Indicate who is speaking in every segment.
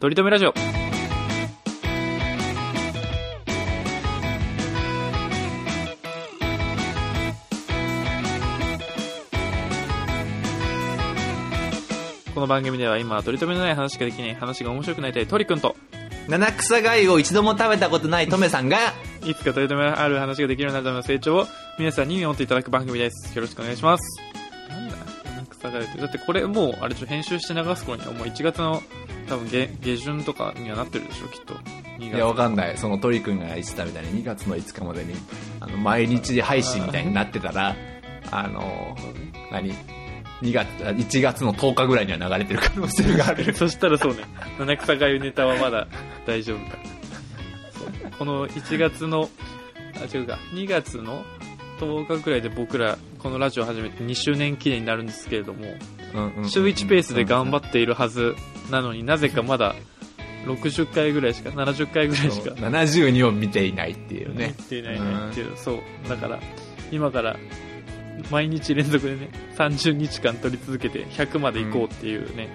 Speaker 1: とりとめラジオ。この番組では今は取り留めのない話しかできない話が面白くなりたいトリくんと
Speaker 2: 七草貝を一度も食べたことないトメさんが、
Speaker 1: いつか取り留めのある話ができるようになるための成長を皆さんに見守っていただく番組ですよろしくお願いしますなんだなんかさがだってこれもうあれちょ編集して流す頃にはもう1月の多分下下旬とかにはなってるでしょきっと2
Speaker 2: い
Speaker 1: 月
Speaker 2: や、わかんない。その鳥くんが言ってたみたいに2月の5日までに、あの、毎日配信みたいになってたら、あの、何 ?2 月、あ1月の10日ぐらいには流れてる可能性があ る。
Speaker 1: そしたらそうね、七草がゆネタはまだ大丈夫か。そうこの1月の、あ、違うか、2月の10日くらいで僕ら、このラジオ始めて2周年記念になるんですけれども、週1ペースで頑張
Speaker 2: っ
Speaker 1: っているはずなのになぜかまだ60回ぐらいしか、70回ぐらいしか、
Speaker 2: 72を見ていないっていうね。
Speaker 1: っていうね、っていう、そう。だから、今から、毎日連続でね、30日間撮り続けて100まで行こうっていうね、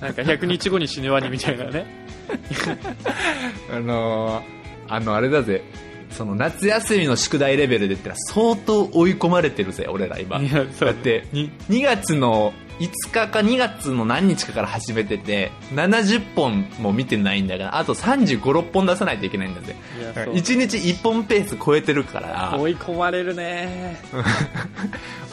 Speaker 1: なんか100日後に死ぬワニみたいなね、
Speaker 2: あのーあの、あれだぜ。その夏休みの宿題レベルで言ったら相当追い込 まれてるぜ、俺ら今。
Speaker 1: いやそう
Speaker 2: だって
Speaker 1: に
Speaker 2: 2月の5日か2月の何日かから始めてて70本も見てないんだからあと356本出さないといけないんだぜ
Speaker 1: いやそう
Speaker 2: 1日1本ペース超えてるから
Speaker 1: 追い込まれるね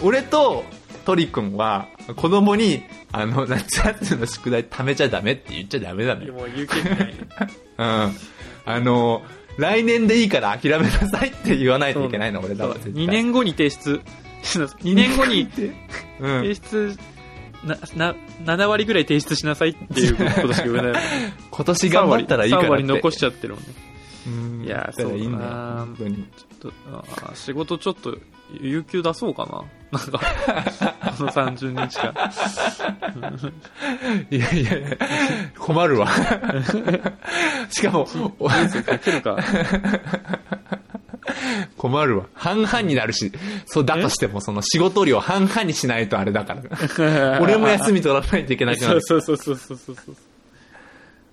Speaker 2: 俺とトリ君は子供にあの夏休みの宿題貯めちゃダメって言っちゃダメだね
Speaker 1: もう言う気ない
Speaker 2: うんあの来年でいいから諦めなさいって言わないといけないの俺らは絶対
Speaker 1: 2年後に提 出2年後に
Speaker 2: うん
Speaker 1: 提出なな7割ぐらい提出しなさいっていうことしか言わない
Speaker 2: 今年 頑張ったらいいから
Speaker 1: 3
Speaker 2: って
Speaker 1: 割残しちゃってるもんね
Speaker 2: うん
Speaker 1: いや
Speaker 2: だからいい
Speaker 1: そう
Speaker 2: んだよ
Speaker 1: だな
Speaker 2: 本当に
Speaker 1: ちょっとあー仕事ちょっと有給出そうかななんか この30日間
Speaker 2: いやいやいや、困るわ。しかも、お
Speaker 1: できる か
Speaker 2: 困るわ。半々になるし、そうだとしても、その仕事量半々にしないとあれだから。俺も休み取らないといけなくな
Speaker 1: そう
Speaker 2: る。
Speaker 1: そうそうそうそうそうそうそう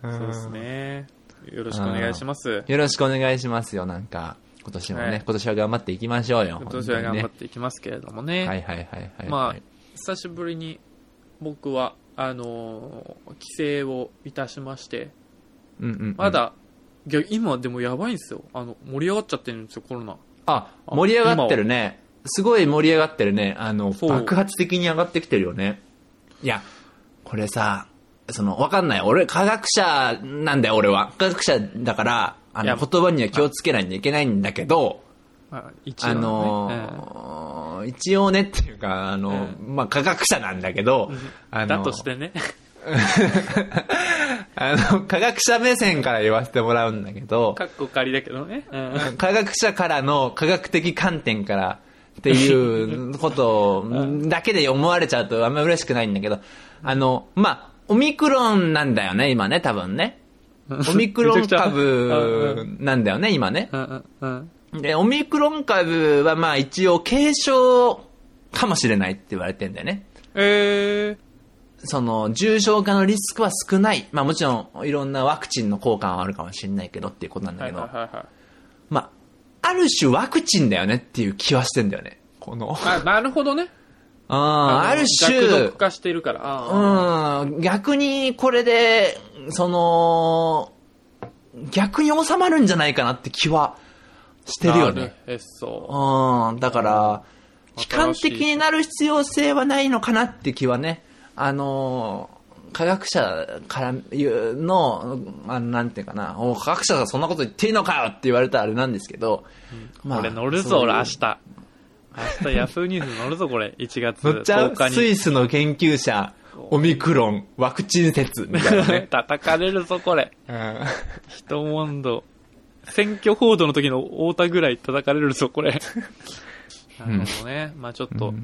Speaker 2: うん
Speaker 1: ですねよろしくお願いします
Speaker 2: よろしくお願いしますよ、なんか。今年もね、
Speaker 1: はい
Speaker 2: 今年は頑張っていきましょうよ。
Speaker 1: 今年は頑張っ
Speaker 2: 本
Speaker 1: ていきますけれども
Speaker 2: 当
Speaker 1: ね
Speaker 2: にね。はいはいはいはい。
Speaker 1: まあ、久しぶりに僕は、あのー帰省をいたしまして、
Speaker 2: うんうんうん
Speaker 1: ま。だ、いや今でもやばいんですよ。あの、盛り上がっちゃってるんですよ、コロナ。
Speaker 2: あ、盛り上がってるね。すごい盛り上がってるね。あの、
Speaker 1: そう
Speaker 2: 爆発的に上がってきてるよね。いや、これさ、その、わかんない。俺、科学者なんだよ、俺は。科学者だから、あ
Speaker 1: いや
Speaker 2: の、言葉には気をつけないといけないんだけど、
Speaker 1: まあ、一応、ね。
Speaker 2: あのー、一応ねっていうか、あの、まあ、科学者なんだけど、
Speaker 1: う
Speaker 2: あ
Speaker 1: ん
Speaker 2: の
Speaker 1: だとしてね。
Speaker 2: あの、科学者目線から言わせてもらうんだけど、
Speaker 1: かっこ仮だけどね。うん
Speaker 2: 科学者からの科学的観点からっていうことだけで思われちゃうとあんま嬉しくないんだけど、あの、まあ、オミクロンなんだよね、今ね、多分ね。オミクロン株なんだよね、今ね。
Speaker 1: うんうんうん。
Speaker 2: で、オミクロン株はまあ一応軽症かもしれないって言われてんだよね。
Speaker 1: え
Speaker 2: その、重症化のリスクは少ない。まあもちろん、いろんなワクチンの効果はあるかもしれないけどっていうことなん
Speaker 1: ー、
Speaker 2: だ
Speaker 1: はい
Speaker 2: けど。
Speaker 1: はいはいはい。
Speaker 2: まあ、ある種ワクチンだよねっていう気はしてんだよね。この。あ
Speaker 1: あ、なるほどね。
Speaker 2: あー、ある
Speaker 1: 弱
Speaker 2: 種
Speaker 1: 毒、化してるから。あ
Speaker 2: うん、逆にこれで、その、逆に収まるんじゃないかなって気はし
Speaker 1: ー
Speaker 2: てるよ
Speaker 1: な
Speaker 2: ね。
Speaker 1: え、そう。
Speaker 2: うん、だから、
Speaker 1: うん
Speaker 2: 悲観的になる必要性はないのかなって気はね、あのー、科学者から言うの、あのなんていうかな、お科学者がそんなこと言っていいのかよって言われたらあれなんですけど、まあ
Speaker 1: 俺乗る
Speaker 2: そう
Speaker 1: ぞ、
Speaker 2: いう
Speaker 1: 俺明日。明日、ヤフーニュース乗るぞ、これ。1月
Speaker 2: 乗っちゃ
Speaker 1: 10
Speaker 2: う
Speaker 1: 日に。
Speaker 2: スイスの研究者、オミクロン、ワクチン説みたいな ね。
Speaker 1: 叩かれるぞ、これ。一問答。選挙報道の時の太田ぐらい叩かれるぞ、こ れ。なるほどね。まあちょっと、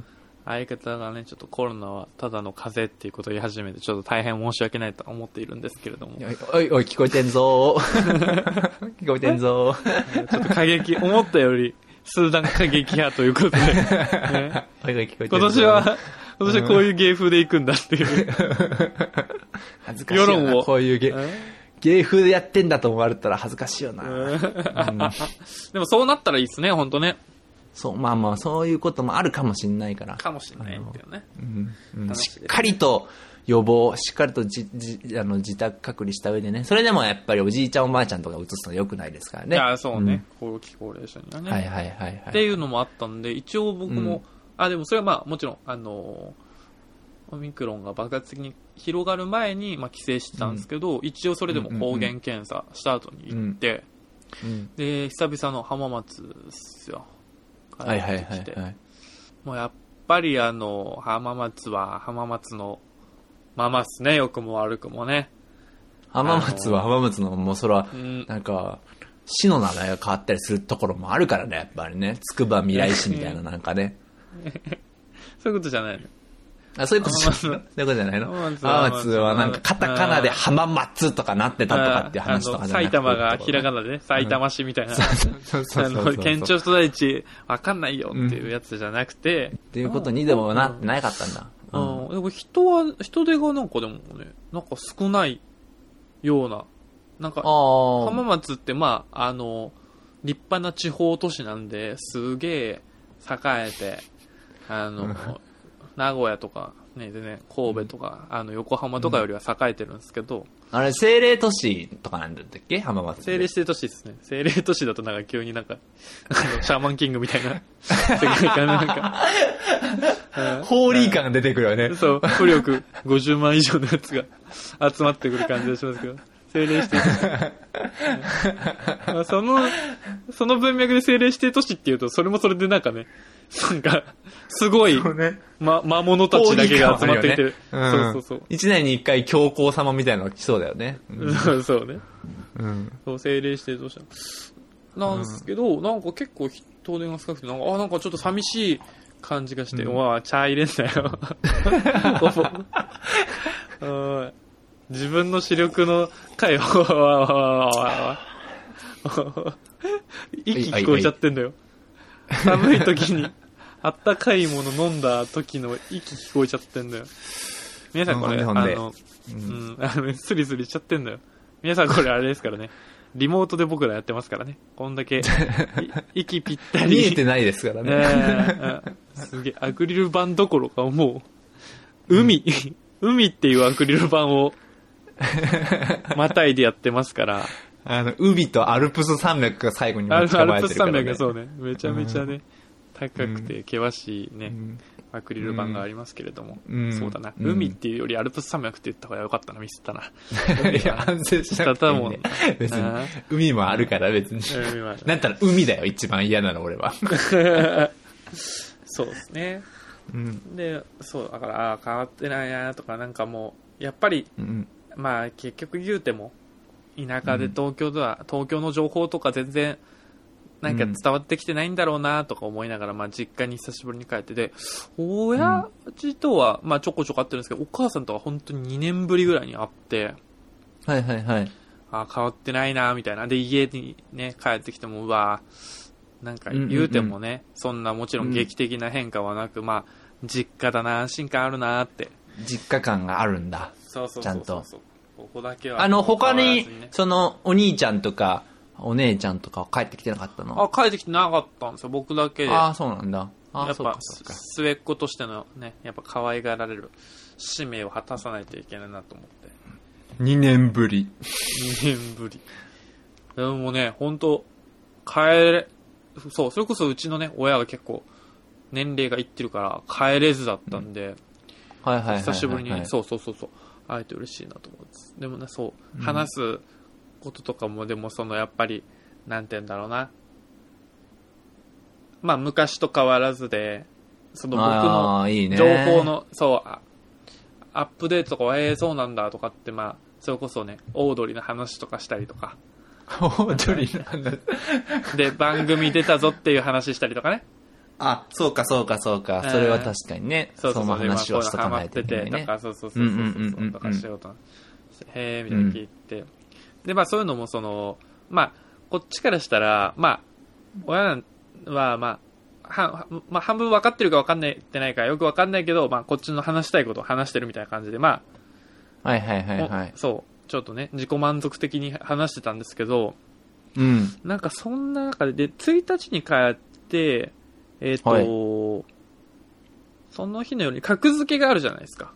Speaker 1: 相方がね、ちょっとコロナはただの風邪っていうことを言い始めて、ちょっと大変申し訳ないと思っているんですけれども。ち
Speaker 2: おいおい、聞こえて んぞー聞こえてんぞー
Speaker 1: ょっと過激、思ったより、数段過激派ということで、ね
Speaker 2: おいおい、聞こえてんぞー
Speaker 1: 今年は、今年はこういう芸風で行くんだっていう。
Speaker 2: 恥ずかしいよ
Speaker 1: 世論
Speaker 2: な
Speaker 1: を
Speaker 2: こういう芸
Speaker 1: うん
Speaker 2: 芸風でやってんだと思われたら恥ずかしいよな、
Speaker 1: でもそうなったらいいですね、本当ね。
Speaker 2: そうまあまあそういうこともあるかもしれないから
Speaker 1: かもしれないみたいなね。
Speaker 2: うん
Speaker 1: 楽しい
Speaker 2: しっかりと予防しっかりとじじあの自宅隔離した上でねそれでもやっぱりおじいちゃんおばあちゃんとか移すの良くないですから
Speaker 1: い
Speaker 2: ね
Speaker 1: や、そうね。後期高齢者にはね。
Speaker 2: はいはいはい
Speaker 1: っ
Speaker 2: は
Speaker 1: て
Speaker 2: い
Speaker 1: いうのもあったんで、一応僕も、
Speaker 2: うん
Speaker 1: あ、でもそれはまあもちろん、あのーオミクロンが爆発的に広がる前に、まあ、帰省してたんですけど、一応それでも抗原検査した後に行って、
Speaker 2: うん
Speaker 1: で、久々の浜松っすよ。
Speaker 2: はいはい
Speaker 1: 帰
Speaker 2: は
Speaker 1: ってき
Speaker 2: い
Speaker 1: て
Speaker 2: はい
Speaker 1: もうやっぱりあの、浜松は浜松のままっすね、良くも悪くもね。
Speaker 2: 浜松は浜松のもうそれは
Speaker 1: うん
Speaker 2: なんか市の名前が変わったりするところもあるからねやっぱりねつくば未来市みたいななんかね
Speaker 1: そういうことじゃないの。
Speaker 2: あそういう ことじゃ
Speaker 1: 浜松
Speaker 2: そういうことじゃないの
Speaker 1: 浜松
Speaker 2: 浜松はなんかカタカナで
Speaker 1: うん
Speaker 2: 浜松とかなってたとかっていう話と
Speaker 1: あ
Speaker 2: か
Speaker 1: の
Speaker 2: じゃなく
Speaker 1: 埼
Speaker 2: て
Speaker 1: 玉がひらがなでね、埼玉市みたいな。
Speaker 2: そうそう
Speaker 1: あ
Speaker 2: そう
Speaker 1: の
Speaker 2: そう
Speaker 1: 県庁所在地わかんないよっていうやつじゃなくて、
Speaker 2: っていうことにでもなってなかったんだ。
Speaker 1: う
Speaker 2: う
Speaker 1: ん、
Speaker 2: ん
Speaker 1: でも人は、人手がなんかでもね、なんか少ないような、なんか、
Speaker 2: あ
Speaker 1: 浜松ってまあ、あの、立派な地方都市なんで、すげえ栄えて、あの、名古屋とか、ね、全然神戸とか、あの、横浜とかよりは栄えてるんですけど、
Speaker 2: あ。あれ、政令都市とかなんだったっけ浜松。
Speaker 1: 政令指定都市ですね。政令都市だとなんか急になんか、あのシャーマンキングみたいな 世界観なんか、
Speaker 2: ホーリー感が出てくるよね。
Speaker 1: そう、武力50万以上のやつが集まってくる感じがしますけど、政令指 定都市まあ。その、その文脈で政令指定都市っていうと、それもそれでなんかね、なんか、すごい、
Speaker 2: ね。
Speaker 1: ま、魔物たちだけが集まってきてる。
Speaker 2: ホーリー感はあるよね
Speaker 1: そうそう
Speaker 2: 一年に一回教皇様みたいなのが来そうだよね。
Speaker 1: そう。そうそうね。
Speaker 2: うん。
Speaker 1: そう政令指定どうしたなんですけど、なんか結構人手が少なくてなんかあなんかちょっと寂しい感じがして、うわ茶入れんなよ うん自分の視力の回をわわわわわわ息聞こえちゃってんだよ寒い時にあったかいもの飲んだ時の息聞こえちゃってんだよ皆さんこれ、
Speaker 2: ほんでほんで
Speaker 1: あのうん、あの、スリスリしちゃってんだよ。皆さんこれあれですからね。リモートで僕らやってますからね。こんだけ、い息ぴったり。
Speaker 2: 見えてないですから
Speaker 1: え
Speaker 2: ね。
Speaker 1: ーうんすげえ、アクリル板どころかもう、海、海っていうアクリル板を、またいでやってますから。
Speaker 2: あの、海とアルプス山脈が最後に
Speaker 1: あ
Speaker 2: 持ち
Speaker 1: の、ア
Speaker 2: 込ま
Speaker 1: ルプ
Speaker 2: れて
Speaker 1: ス
Speaker 2: る
Speaker 1: 山
Speaker 2: から、ね。
Speaker 1: 脈がそうね。めちゃめちゃね、高くて険しいね、
Speaker 2: ん
Speaker 1: アクリル板がありますけれども。
Speaker 2: うん
Speaker 1: そうだな、
Speaker 2: うん
Speaker 1: 海っていうよりアルプス山脈って言った方がよかったな、ミスったな。
Speaker 2: いや、反省しなくていいね
Speaker 1: 下。
Speaker 2: 別
Speaker 1: あ
Speaker 2: に
Speaker 1: ー。
Speaker 2: 海もあるから、別に。
Speaker 1: 海もある
Speaker 2: なんたら海だよ、一番嫌なの、俺は。
Speaker 1: そうですね。
Speaker 2: うん。
Speaker 1: でそうだからああ変わってないなとかなんかもうやっぱり
Speaker 2: うん。
Speaker 1: まあ結局言うても田舎で東京では、東京の情報とか全然なんか
Speaker 2: うん
Speaker 1: 伝わってきてないんだろうなとか思いながら、まあ実家に久しぶりに帰ってで親父とは、まあちょこちょこ会ってるんですけどお母さんとは本当に2年ぶりぐらいに会って
Speaker 2: はいはいはい。
Speaker 1: ああ変わってないなみたいなで家にね帰ってきてもうわなんか言うてもね、そんなもちろん劇的な変化はなく、まあ実家だな安心感あるなって
Speaker 2: 実家感があるんだ。
Speaker 1: そうそうそうそう
Speaker 2: ちゃんと
Speaker 1: ここだけは
Speaker 2: あの、
Speaker 1: 変わ
Speaker 2: 他
Speaker 1: らず
Speaker 2: に
Speaker 1: ね、
Speaker 2: その、お兄ちゃんとか、お姉ちゃんとかは帰ってきてなかったの
Speaker 1: あ帰ってきてなかったんですよ僕だけで
Speaker 2: ああ、そうなんだ。あ
Speaker 1: や
Speaker 2: あ、
Speaker 1: っ
Speaker 2: そう
Speaker 1: ぱ
Speaker 2: か、そうか。
Speaker 1: 末っ子としてのねやっぱ可愛がられる使命を果たさないといけないなと思って
Speaker 2: 2年ぶり。
Speaker 1: 2年ぶりでもね本当帰れそうそれこそうちのね親が結構年齢がいってるから帰れずだったんで、
Speaker 2: はいはいはいはいはい。
Speaker 1: 久しぶりに、
Speaker 2: う。
Speaker 1: そうそうそうそう会えて嬉しいなと思うんですでもねそう話すこととかも、でもそのやっぱりなんて言うんだろうなまあ昔と変わらずでその僕の
Speaker 2: ああ、いいね。
Speaker 1: 情報。 の、そうあアップデートとかはええそうなんだとかってまあそれこそねオードリーの話とかしたりとか
Speaker 2: オードリーなんだ。
Speaker 1: で番組出たぞっていう話したりとかね
Speaker 2: あ、そうかそうかそうか。それは確かにね。
Speaker 1: そうそうそう。
Speaker 2: の話をしと
Speaker 1: でまあ
Speaker 2: か
Speaker 1: こう
Speaker 2: な
Speaker 1: いう
Speaker 2: い
Speaker 1: の
Speaker 2: といけな
Speaker 1: ハマっ
Speaker 2: い
Speaker 1: ててと
Speaker 2: ね。
Speaker 1: か、そうそうそう
Speaker 2: うんうんうん
Speaker 1: そううそ
Speaker 2: んう
Speaker 1: う。
Speaker 2: ん
Speaker 1: とか仕事のへえ、みたいな聞いて。で、まあそういうのもその、まあ、こっちからしたら、まあ、親は、まあ、はまあ、半分分かってるか分かんないってないかよく分かんないけど、まあ、こっちの話したいことを話してるみたいな感じで、まあ、
Speaker 2: はいはいはいはい。
Speaker 1: そう、ちょっとね、自己満足的に話してたんですけど、
Speaker 2: うん。
Speaker 1: なんかそんな中で、で、1日に帰って、えっ、と、
Speaker 2: はい
Speaker 1: その日のように格付けがあるじゃないですか。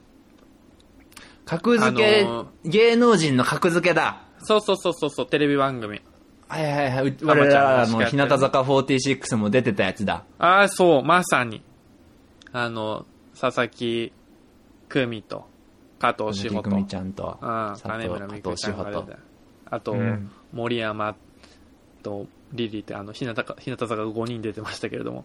Speaker 2: 格付け、
Speaker 1: あのー
Speaker 2: 芸能人の格付けだ。
Speaker 1: そうそうそうそうそう、テレビ番組。
Speaker 2: はいはいは
Speaker 1: ア
Speaker 2: い。う
Speaker 1: マチュア
Speaker 2: 我ら
Speaker 1: の話
Speaker 2: の日
Speaker 1: がや
Speaker 2: 向
Speaker 1: ってる
Speaker 2: 坂46も出てたやつだ。
Speaker 1: ああ、そう、まさに。あの、佐々木久美と、加藤志保と、
Speaker 2: みちゃんと。
Speaker 1: あ
Speaker 2: 佐
Speaker 1: あ金
Speaker 2: 藤
Speaker 1: 村美久ちゃんが出て
Speaker 2: 加藤志保と
Speaker 1: あと、
Speaker 2: うん
Speaker 1: 森山とリリーって、あの、日向坂日向坂が5人出てましたけれども、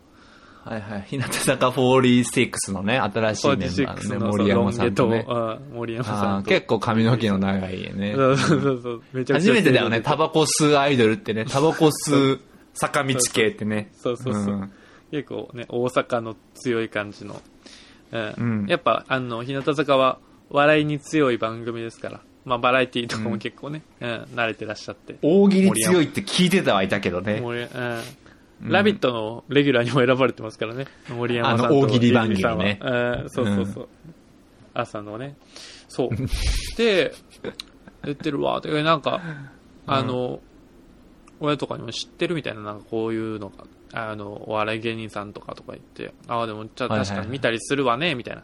Speaker 2: はいはい。日向坂46のね、新しいメンバー
Speaker 1: 46
Speaker 2: の
Speaker 1: の
Speaker 2: ね、森山さんとね
Speaker 1: そ。のロン毛とうん森山さ
Speaker 2: あ
Speaker 1: ん
Speaker 2: ー
Speaker 1: と。
Speaker 2: 結構髪の毛の長いね。
Speaker 1: そうそうそうそう。めちゃくち
Speaker 2: 初
Speaker 1: ゃ。
Speaker 2: めてだよね、。タバコ吸うアイドルってね、タバコ吸う坂道系ってね。
Speaker 1: そうそうそうそうん結構ね、大阪の強い感じの。うん。
Speaker 2: うん
Speaker 1: やっぱ、あの、日向坂は笑いに強い番組ですから。まあ、バラエティーとかも結構ね、うん、慣れてらっしゃって。
Speaker 2: 大喜利強いって聞いてたはいたけどね。
Speaker 1: 森うんラビット!」のレギュラーにも選ばれてますからね、森山さんと
Speaker 2: あの大喜利番組
Speaker 1: さんは
Speaker 2: ね
Speaker 1: うんそうそうそう、朝のね、そう、で、言ってるわ、でなんか、あの、親とかにも知ってるみたいな、なんかこういうのが、あの、お笑い芸人さんとかとか言って、ああ、でも、じゃあ
Speaker 2: はいはい
Speaker 1: 確かに見たりするわね、みたいな、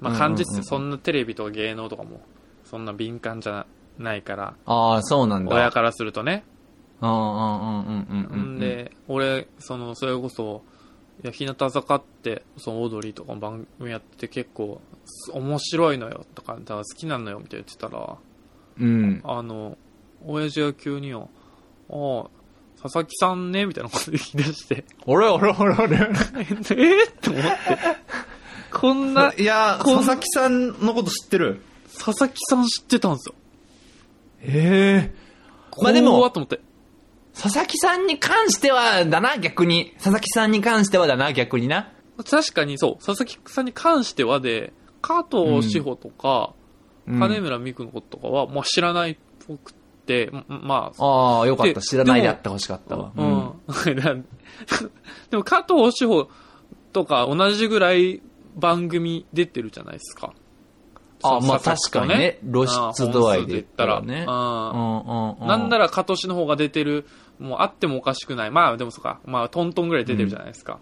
Speaker 1: まあ、
Speaker 2: うんうんう
Speaker 1: 感
Speaker 2: ん
Speaker 1: じっすよ、そんなテレビとか芸能とかも、そんな敏感じゃないから、
Speaker 2: ああ、そうなんだ。
Speaker 1: 親からするとね。
Speaker 2: うんうんうんうんうんうん。
Speaker 1: ん、で、俺、その、それこそ、いや、日向坂って、その、オードリーとかの番組やってて結構、す面白いのよ、とか、だから好きなのよ、みたいな言ってたら、
Speaker 2: うん。
Speaker 1: あの、親父が急によ、ああ、佐々木さんね、みたいなこと言い出 して、
Speaker 2: 俺俺
Speaker 1: え
Speaker 2: 俺俺。
Speaker 1: ーって思って、こんな、
Speaker 2: いや、
Speaker 1: こん
Speaker 2: 佐々木さんのこと知ってる
Speaker 1: 佐々木さん知ってたんですよ。
Speaker 2: ええまあで
Speaker 1: 怖っ
Speaker 2: も、
Speaker 1: と思って。
Speaker 2: 佐々木さんに関してはだな、逆に。佐々木さんに関してはだな、逆にな。
Speaker 1: 確かにそう、佐々木さんに関してはで、加藤志保とか、
Speaker 2: うん
Speaker 1: 金村美空のこととかは、まあ、知らないっぽくって、ままあ、
Speaker 2: ああ、よかっ
Speaker 1: で
Speaker 2: た。知らない
Speaker 1: で
Speaker 2: であ
Speaker 1: も
Speaker 2: ってほしかったわ。
Speaker 1: うん。 でも、加藤志保とか同じぐらい番組出てるじゃないですか。
Speaker 2: あ
Speaker 1: そ
Speaker 2: まあ
Speaker 1: 佐々木と
Speaker 2: 確かにね露出度合いで言ったら
Speaker 1: うん本数で言
Speaker 2: ね
Speaker 1: ったら
Speaker 2: う
Speaker 1: うん
Speaker 2: んうんうん。
Speaker 1: なんなら、加藤氏の方が出てる、もうあってもおかしくない。まあ、でもそうか。まあ、トントンぐらい出てるじゃないですか。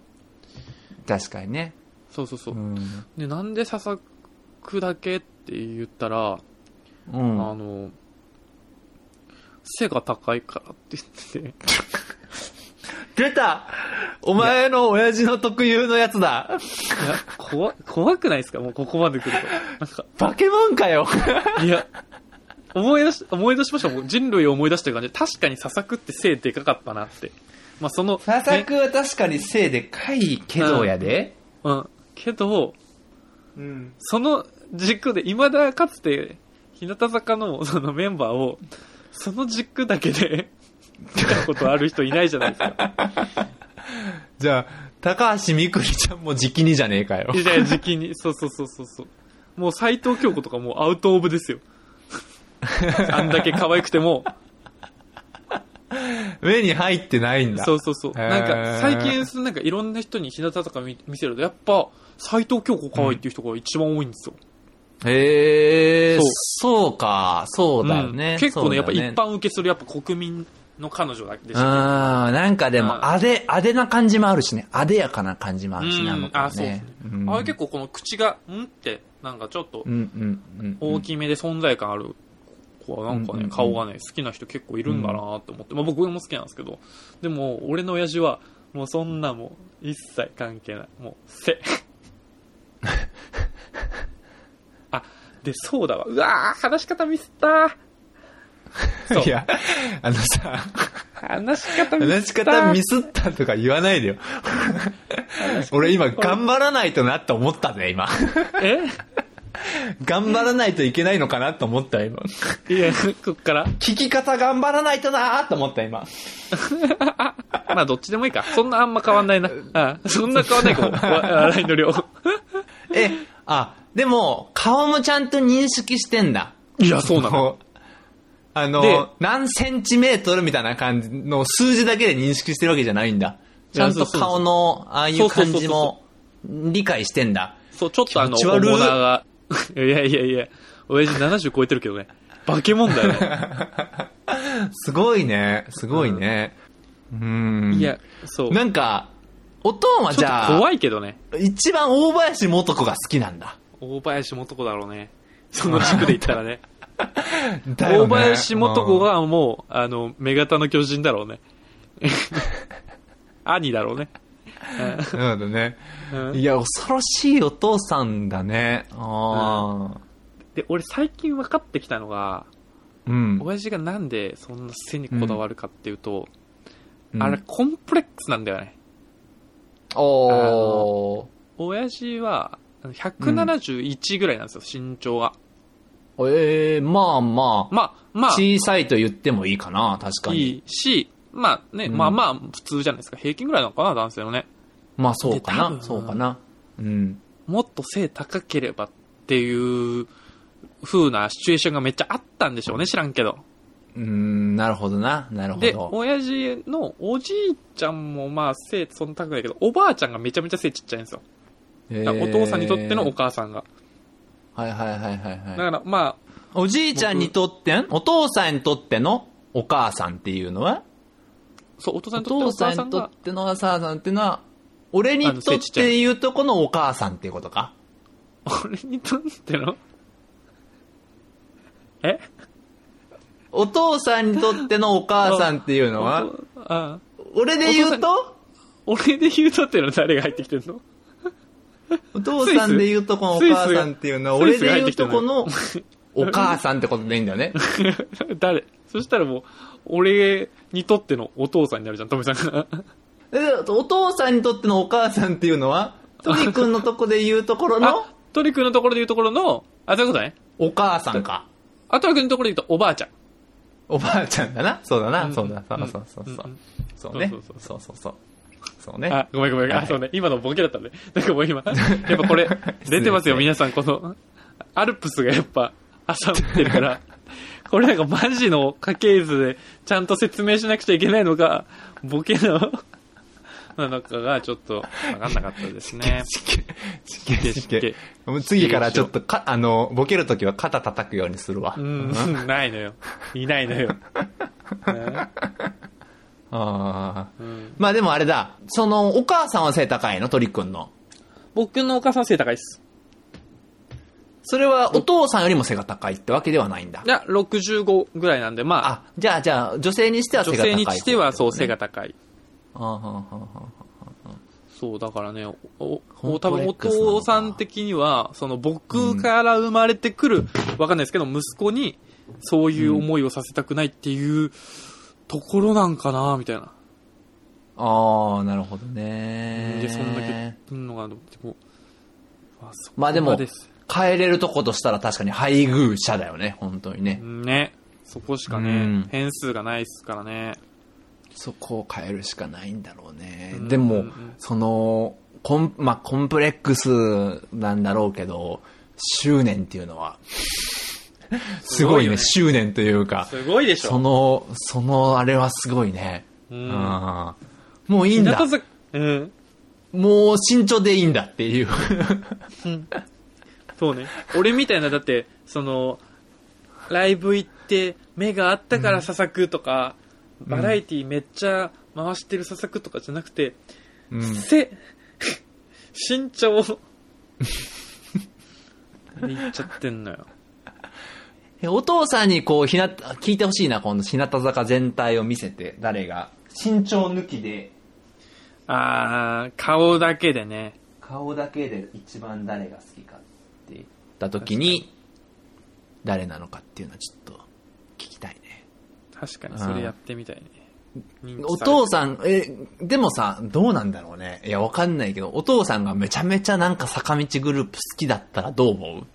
Speaker 2: 確かにね。
Speaker 1: そうそうそうう。
Speaker 2: ん。
Speaker 1: で、なんで佐々木だけって言ったら、
Speaker 2: うん。
Speaker 1: あの、背が高いからって言ってて。
Speaker 2: 出たお前の親父の特有のやつだ
Speaker 1: いや、怖、怖くないですかもうここまで来ると。なん
Speaker 2: バケモンかよ
Speaker 1: か、いや、思い出し、思い出しました。もう人類を思い出してる感じで、確かに佐々木って背でかかったなって。まあその、
Speaker 2: 佐々
Speaker 1: ね
Speaker 2: 木は確かに背でかいけどやで。
Speaker 1: うん。けど、
Speaker 2: うん。
Speaker 1: その軸で、未だかつて、日向坂のそのメンバーを、その軸だけで、 見たことある人いないじゃないですか。
Speaker 2: じゃあ、高橋みくりちゃんも直にじゃねえかよ。
Speaker 1: いやい や、時期に。そうそうそうそうそう。もう斎藤京子とかもうアウトオブ ですよ。あんだけ可愛くても。
Speaker 2: 目に入ってないんだ。
Speaker 1: そうそうそう。
Speaker 2: へー
Speaker 1: なんか、最近、そのなんかいろんな人に日向とか見見せると、やっぱ、斎藤京子可愛いっていう人が一番多いんですよ。
Speaker 2: へえ
Speaker 1: そう
Speaker 2: そうか、そうだよ
Speaker 1: う
Speaker 2: ね
Speaker 1: ん。結構ね、やっぱ
Speaker 2: そう
Speaker 1: 一
Speaker 2: だよね
Speaker 1: 般受けする、やっぱ国民の彼女だけでしょ。
Speaker 2: あーなんかで
Speaker 1: うん
Speaker 2: も、あで、あでな感じもあるしね。あでやかな感じもあ
Speaker 1: う
Speaker 2: るしね、あの
Speaker 1: ん、
Speaker 2: 子
Speaker 1: あ、
Speaker 2: は
Speaker 1: そうです
Speaker 2: ね
Speaker 1: ね。。
Speaker 2: うん
Speaker 1: あれ結構この口が、んって、なんかちょっと
Speaker 2: うんうんうん。
Speaker 1: 大きめで存在感ある子はなんか
Speaker 2: うんうん
Speaker 1: ね、
Speaker 2: うん
Speaker 1: 顔がね、好きな人結構いるんだなと思って、まあ僕も好きなんですけど、でも、俺の親父は、もうそんなもう、一切関係ない。もう、 せ。あ、で、そうだわ。うわー話し方ミスったそう
Speaker 2: いや、あのさ、
Speaker 1: 話し方ミスった
Speaker 2: 話し方ミスったとか言わない でよ。俺今、頑張らないとなって思ったぜ、今。
Speaker 1: え
Speaker 2: 頑張らないといけないのかなと思った、今。
Speaker 1: いや、こっから。
Speaker 2: 聞き方頑張らないとなと思った、今。
Speaker 1: まあ、どっちでもいいか。そんなあんま変わんない な。あそんな変わんないかも。 わ笑いの量。
Speaker 2: え、あ、でも、顔もちゃんと認識してんだ。
Speaker 1: いや、そうなの。
Speaker 2: の。あ
Speaker 1: で
Speaker 2: の、何センチメートルみたいな感じの数字だけで認識してるわけじゃないんだ。ちゃんと顔の、ああいう感じも理解してんだ。
Speaker 1: そう、ちょっとあの、
Speaker 2: 気
Speaker 1: オ
Speaker 2: 持ち悪い
Speaker 1: ーナーが、 いやいやいや、親父70超えてるけどね。化け物だよね。
Speaker 2: すごいね。すごいね。うん。
Speaker 1: いや、そう。
Speaker 2: なんか、おとんは
Speaker 1: ち
Speaker 2: じ
Speaker 1: ょっ
Speaker 2: ゃ
Speaker 1: と
Speaker 2: あ
Speaker 1: 怖、いけどね。
Speaker 2: 一番大林素子が好きなんだ。
Speaker 1: 大林素子だろうね。その軸で言ったらね。
Speaker 2: だよ
Speaker 1: 大
Speaker 2: ね
Speaker 1: 林素子、がもう、あの、目型の巨人だろうね。 兄だろうね。
Speaker 2: うんなるほどね。
Speaker 1: うん
Speaker 2: いや、恐ろしいお父さんだね。ああ。
Speaker 1: で、俺最近分かってきたのが、
Speaker 2: うん。
Speaker 1: 親父がなんでそんな背にこだわるかっていうと、
Speaker 2: うん
Speaker 1: あれ、コンプレックスなんだよね。
Speaker 2: おー。
Speaker 1: 親父は、あの171ぐらいなんですよ、身長が。
Speaker 2: ええまあまあ、
Speaker 1: まあ、まあ、
Speaker 2: 小さいと言ってもいいかな、確か
Speaker 1: い
Speaker 2: に。
Speaker 1: いし、まあね、
Speaker 2: うん
Speaker 1: まあまあ、普通じゃないですか。平均ぐらいなのかな、男性のね。
Speaker 2: まあそうか
Speaker 1: で多
Speaker 2: な、
Speaker 1: 分
Speaker 2: そうかな。うん。
Speaker 1: もっと背高ければっていう風なシチュエーションがめっちゃあったんでしょうね、知らんけど。
Speaker 2: うん、なるほどな、なるほ
Speaker 1: で、
Speaker 2: ど。
Speaker 1: 親父のおじいちゃんもまあ背そんな高くないけど、おばあちゃんがめちゃめちゃ背ちっちゃいんですよ。
Speaker 2: え
Speaker 1: だからお父さんにとってのお
Speaker 2: お
Speaker 1: 母さんが。
Speaker 2: はいはいはいはい
Speaker 1: だ
Speaker 2: はい。
Speaker 1: からまあ、
Speaker 2: おじいちゃんにとってんお父さんにとってのお母さんっていうのは
Speaker 1: そう、お父さん
Speaker 2: お
Speaker 1: にとってのお
Speaker 2: 父さ
Speaker 1: 母
Speaker 2: ん
Speaker 1: さ
Speaker 2: に
Speaker 1: ん
Speaker 2: と
Speaker 1: が
Speaker 2: っ、てのお母さんっていうのは、俺にとっていうとこのお母さんっていうことか
Speaker 1: 俺にとってのえ
Speaker 2: お父さんにとってのお母さんっていうのは、
Speaker 1: あ
Speaker 2: 俺で言うと
Speaker 1: 俺で言うとってのは誰が入ってきてんの
Speaker 2: お父さんで言うとこのお母さんっていうのは、
Speaker 1: スイ
Speaker 2: 俺
Speaker 1: ス
Speaker 2: で言うとこのお母さんってことでいいんだよね。
Speaker 1: 誰そしたらもう、俺にとってのお父さんになるじゃん、トメさんが。
Speaker 2: でお父さんにとってのお母さんっていうのは、トリ君のとこで言うところの
Speaker 1: あ、トリ君のところで言うところの、あ、そういうことね。
Speaker 2: お母さんか。
Speaker 1: あ、トリ君のところで言うとおばあちゃん。
Speaker 2: おばあちゃんだな。そうだ
Speaker 1: う
Speaker 2: な。
Speaker 1: ん
Speaker 2: そうだ。そうそうそう
Speaker 1: うんう。
Speaker 2: そうんそうね
Speaker 1: そう。
Speaker 2: そうそうそう。そうね。
Speaker 1: あ、ごめんごめん。
Speaker 2: は
Speaker 1: あ、
Speaker 2: い
Speaker 1: そうね。今のボケだったんで。なんかもう 今、やっぱこれ、出てますよ、
Speaker 2: 失礼
Speaker 1: 皆さん。この、アルプスがやっぱ、朝ってるから。 これなんかマジの家系図で、ちゃんと説明しなくちゃいけないのか、ボケの、なのかが、ちょっと、わかんなかったです ね。
Speaker 2: しけし
Speaker 1: しけ
Speaker 2: け。もう次からちょっとか、あの、ボケるときは肩叩くようにするわ。
Speaker 1: うん、ないのよ。いないのよ。ね
Speaker 2: ああ。
Speaker 1: うん
Speaker 2: まあでもあれだ。その、お母さんは背高いの、鳥くんの。
Speaker 1: 僕のお母さん背高いっす。
Speaker 2: それはお父さんよりも背が高いってわけではないんだ
Speaker 1: い。や、65ぐらいなんで、まあ、
Speaker 2: あ、じゃあ、じゃあ、女性にしては背
Speaker 1: 女
Speaker 2: が高い
Speaker 1: 性
Speaker 2: 方、
Speaker 1: にしてはそう背が高い。
Speaker 2: ああ。はあはあはあ
Speaker 1: そう、だからね、お
Speaker 2: コ
Speaker 1: お、
Speaker 2: ンプ
Speaker 1: 多
Speaker 2: レ
Speaker 1: 分お
Speaker 2: ックスなのか
Speaker 1: 父さん的には、その僕から生まれてくる、わかんないですけど、息子にそういう思いをさせたくないっていうところなんかな、みたいな。
Speaker 2: ああ、なるほどね。
Speaker 1: で、そんだけ言ってんのかな、でも、まあ、そこ
Speaker 2: まあでも
Speaker 1: です、
Speaker 2: 帰れるとことしたら確かに配偶者だよね、本当にね。
Speaker 1: ね。そこしか
Speaker 2: うん
Speaker 1: ね、変数がないっすからね。
Speaker 2: そこを変えるしかないんだろうね
Speaker 1: うん。
Speaker 2: で
Speaker 1: う
Speaker 2: も
Speaker 1: ん、
Speaker 2: その、コン、まあ、コンプレックスなんだろうけど、執念っていうのは、すごいね、
Speaker 1: す
Speaker 2: 執念というか、
Speaker 1: すごいでし
Speaker 2: そ
Speaker 1: ょ。
Speaker 2: の、そのあれはすごいね。
Speaker 1: う
Speaker 2: うんん。もういいん
Speaker 1: 日
Speaker 2: だ
Speaker 1: 向。坂、うん。
Speaker 2: もう身長でいいんだっ ていう。
Speaker 1: そうね。俺みたいな、だって、その、ライブ行って、目があったから佐々木とか、バラエティめっちゃ回してる佐々木とかじゃなくて、
Speaker 2: うん。
Speaker 1: 背、身長を、言っちゃってんのよ。
Speaker 2: お父さんにこう、ひな、聞いてほしいな、この日向坂全体を見せて、誰が。身長抜きで、
Speaker 1: あー、顔だけでね。
Speaker 2: 顔だけで一番誰が好きかって言った時に、誰なのかっていうのはちょっと聞きたいね。
Speaker 1: 確かにそれやってみたいね。認
Speaker 2: お
Speaker 1: 知されて
Speaker 2: 父さん、え、でもさ、どうなんだろうね。いや、わかんないけど、お父さんがめちゃめちゃなんか坂道グループ好きだったらどう思う